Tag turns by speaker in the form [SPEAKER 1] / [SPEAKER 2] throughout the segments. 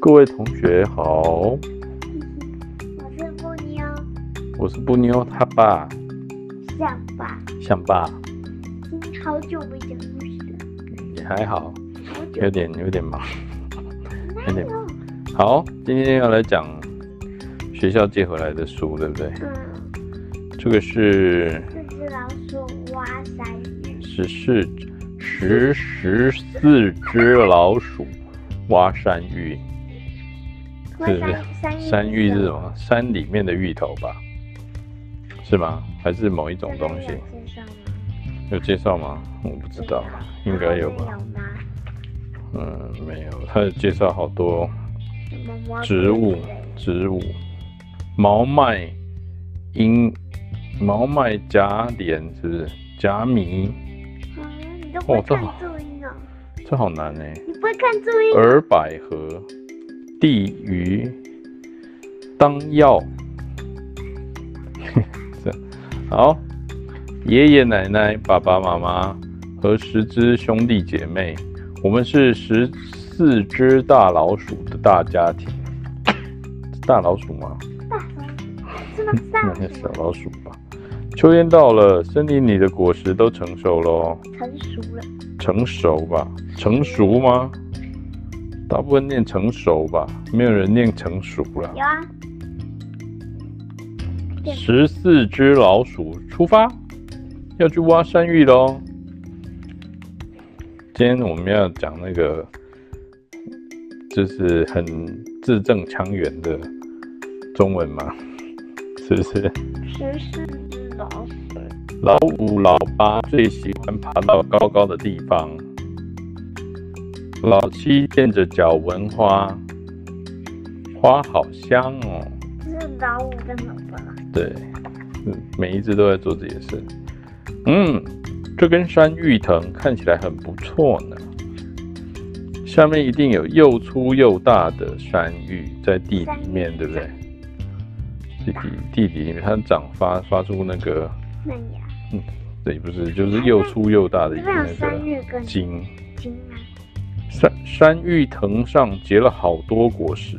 [SPEAKER 1] 各位同学好，
[SPEAKER 2] 嗯我是布妞，
[SPEAKER 1] 我是布妞他爸
[SPEAKER 2] 像吧？
[SPEAKER 1] 象爸，
[SPEAKER 2] 好久没讲故事了，
[SPEAKER 1] 也还好，
[SPEAKER 2] 好久
[SPEAKER 1] 有点有点忙。有
[SPEAKER 2] 哪
[SPEAKER 1] 点
[SPEAKER 2] 有？
[SPEAKER 1] 好，今天要来讲学校借回来的书，对不对？
[SPEAKER 2] 嗯，
[SPEAKER 1] 这个是
[SPEAKER 2] 这只老鼠挖三日，
[SPEAKER 1] 十四十十四只老鼠挖山芋，
[SPEAKER 2] 挖
[SPEAKER 1] 是不是
[SPEAKER 2] 三三
[SPEAKER 1] 山芋是什
[SPEAKER 2] 这
[SPEAKER 1] 么？山里面的芋头吧？是吗？还是某一种东西？
[SPEAKER 2] 介绍吗？
[SPEAKER 1] 有介绍吗？我不知道，应该有吧
[SPEAKER 2] 有？吗？
[SPEAKER 1] 嗯，没有，它有介绍好多哦、
[SPEAKER 2] 什么蘑菇
[SPEAKER 1] 植物
[SPEAKER 2] 之类的，
[SPEAKER 1] 植物，毛脉鹰，毛脉夹莲是不是？夹米，
[SPEAKER 2] 嗯，你都不会
[SPEAKER 1] 哦这
[SPEAKER 2] 看
[SPEAKER 1] 好
[SPEAKER 2] 注音哦？
[SPEAKER 1] 这好难哎。
[SPEAKER 2] 你不会看注音？
[SPEAKER 1] 耳百合，地榆，当药。 这好，爷爷奶奶、爸爸妈妈和十只兄弟姐妹，我们是十四只大老鼠的大家庭。是大老鼠吗？
[SPEAKER 2] 大什么
[SPEAKER 1] 嗯那
[SPEAKER 2] 上
[SPEAKER 1] 是小老鼠吧。秋天到了，森林里的果实都成熟喽。
[SPEAKER 2] 成熟了，
[SPEAKER 1] 成熟吧？成熟吗？大部分念成熟吧，没有人念成熟了。
[SPEAKER 2] 有啊，对
[SPEAKER 1] 十四只老鼠出发，要去挖山芋喽。今天我们要讲那个，就是很字正腔圆的中文嘛，是不是？
[SPEAKER 2] 十四只老鼠，
[SPEAKER 1] 老五、老八最喜欢爬到高高的地方。老七垫着脚闻花，花好香哦。
[SPEAKER 2] 这是老五跟老八。
[SPEAKER 1] 对，嗯每一只都在做这件事。嗯，这根山芋藤看起来很不错呢。下面一定有又粗又大的山芋在地里面，对不对？地底地底里面，它长发发出那个
[SPEAKER 2] 那你啊，
[SPEAKER 1] 对，不是，就是又粗又大的
[SPEAKER 2] 这
[SPEAKER 1] 一个
[SPEAKER 2] 边
[SPEAKER 1] 那
[SPEAKER 2] 有三
[SPEAKER 1] 个
[SPEAKER 2] 日跟
[SPEAKER 1] 茎。
[SPEAKER 2] 金啊，
[SPEAKER 1] 山山芋藤上结了好多果实，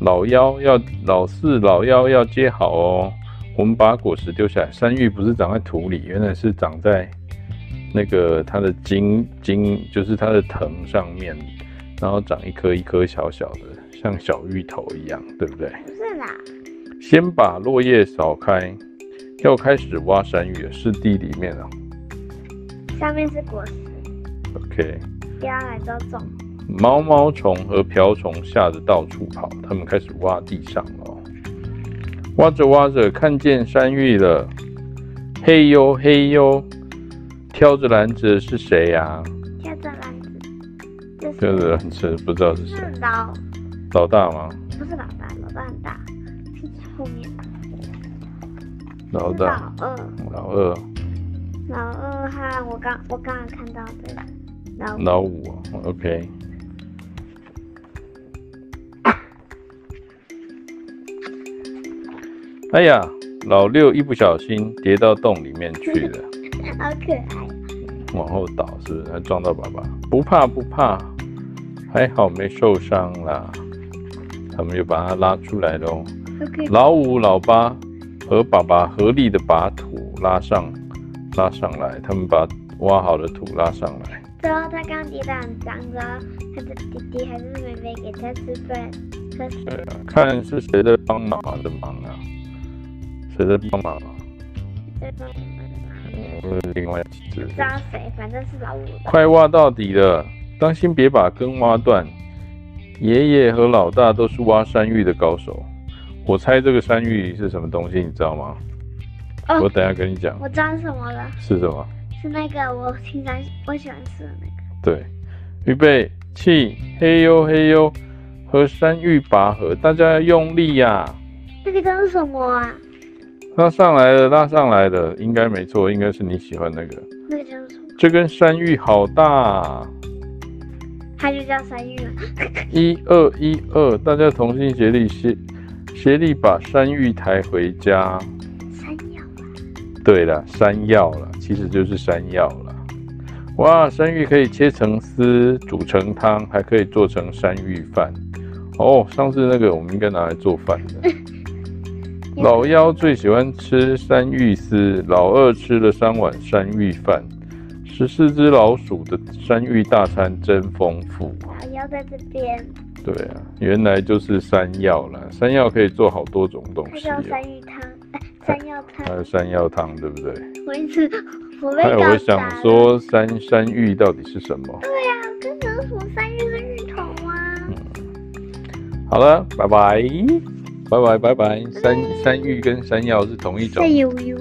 [SPEAKER 1] 老幺要老四老幺要接好哦。我们把果实丢下来，山芋不是长在土里，原来是长在那个它的茎茎，就是它的藤上面，然后长一颗一颗小小的，像小芋头一样，对不对？
[SPEAKER 2] 不是啦，
[SPEAKER 1] 先把落叶扫开，要开始挖山芋了，是地里面啊。
[SPEAKER 2] 上面是果实，
[SPEAKER 1] OK，
[SPEAKER 2] 不要来都种。
[SPEAKER 1] 毛毛虫和瓢虫吓得到处跑，它们开始挖地上了哦。挖着挖着，看见山芋了，嘿呦嘿呦，挑着篮子的是谁呀、
[SPEAKER 2] 跳着篮子，这
[SPEAKER 1] 挑着
[SPEAKER 2] 是
[SPEAKER 1] 篮子不知道是谁，
[SPEAKER 2] 是老，
[SPEAKER 1] 老大吗？
[SPEAKER 2] 不是老大，老大很大，屁股后面。
[SPEAKER 1] 老
[SPEAKER 2] 是
[SPEAKER 1] 大，
[SPEAKER 2] 老二，
[SPEAKER 1] 老二，
[SPEAKER 2] 老二哈，我刚我刚刚看到的，老
[SPEAKER 1] 老五哦，OK。哎呀，老六一不小心跌到洞里面去了。
[SPEAKER 2] 好可爱。
[SPEAKER 1] 往后倒，是不是？他撞到爸爸，不怕不怕，还好没受伤啦。他们又把他拉出来喽。
[SPEAKER 2] OK，
[SPEAKER 1] 老五、老八和爸爸合力的把土拉上，拉上来。他们把挖好的土拉上来。
[SPEAKER 2] 之后他刚跌到很脏，然后他的弟弟还是妹妹给他吃饭，他是
[SPEAKER 1] 对啊，看是谁在帮妈妈的忙啊？谁在帮妈妈？呃
[SPEAKER 2] 这帮你们吗？
[SPEAKER 1] 嗯，另外几只
[SPEAKER 2] 不。知道谁，反正是老五吧。
[SPEAKER 1] 快挖到底了，当心别把根挖断。爷爷和老大都是挖山芋的高手，我猜这个山芋是什么东西，你知道吗？
[SPEAKER 2] 哦
[SPEAKER 1] 我等一下跟你讲
[SPEAKER 2] 我知道是什么了，
[SPEAKER 1] 是什么。
[SPEAKER 2] 是那个我平常我喜欢吃的那个。
[SPEAKER 1] 对，预备起，嘿呦嘿呦，和山芋拔河，大家要用力呀、
[SPEAKER 2] 那个叫做什么啊？
[SPEAKER 1] 拉上来了，拉上来了，应该没错，应该是你喜欢那个。
[SPEAKER 2] 那个叫做什么？
[SPEAKER 1] 这根山芋好大、啊。
[SPEAKER 2] 它就叫山芋了。
[SPEAKER 1] 一二一二，大家同心协力，协协力把山芋抬回家。
[SPEAKER 2] 山药，
[SPEAKER 1] 对了，山药了，其实就是山药了。哇，山芋可以切成丝，煮成汤，还可以做成山芋饭。哦，上次那个我们应该拿来做饭的。老幺最喜欢吃山芋丝，老二吃了三碗山芋饭。十四只老鼠的山芋大餐真丰富。
[SPEAKER 2] 老幺在这边，
[SPEAKER 1] 对啊，原来就是山药啦，山药可以做好多种东
[SPEAKER 2] 它
[SPEAKER 1] 西、
[SPEAKER 2] 叫
[SPEAKER 1] 哦，
[SPEAKER 2] 山芋汤，哎山药
[SPEAKER 1] 还
[SPEAKER 2] 汤。
[SPEAKER 1] 有山药汤，对不对？
[SPEAKER 2] 我 一直我被
[SPEAKER 1] 还有
[SPEAKER 2] 搞
[SPEAKER 1] 我
[SPEAKER 2] 砸
[SPEAKER 1] 想
[SPEAKER 2] 了。
[SPEAKER 1] 说山山芋到底是什么？
[SPEAKER 2] 对呀、跟着什么三月跟日头啊？
[SPEAKER 1] 嗯好了，拜拜，拜拜拜拜。山山芋跟山药是同一种
[SPEAKER 2] 在，有油。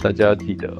[SPEAKER 1] 大家要记得哦。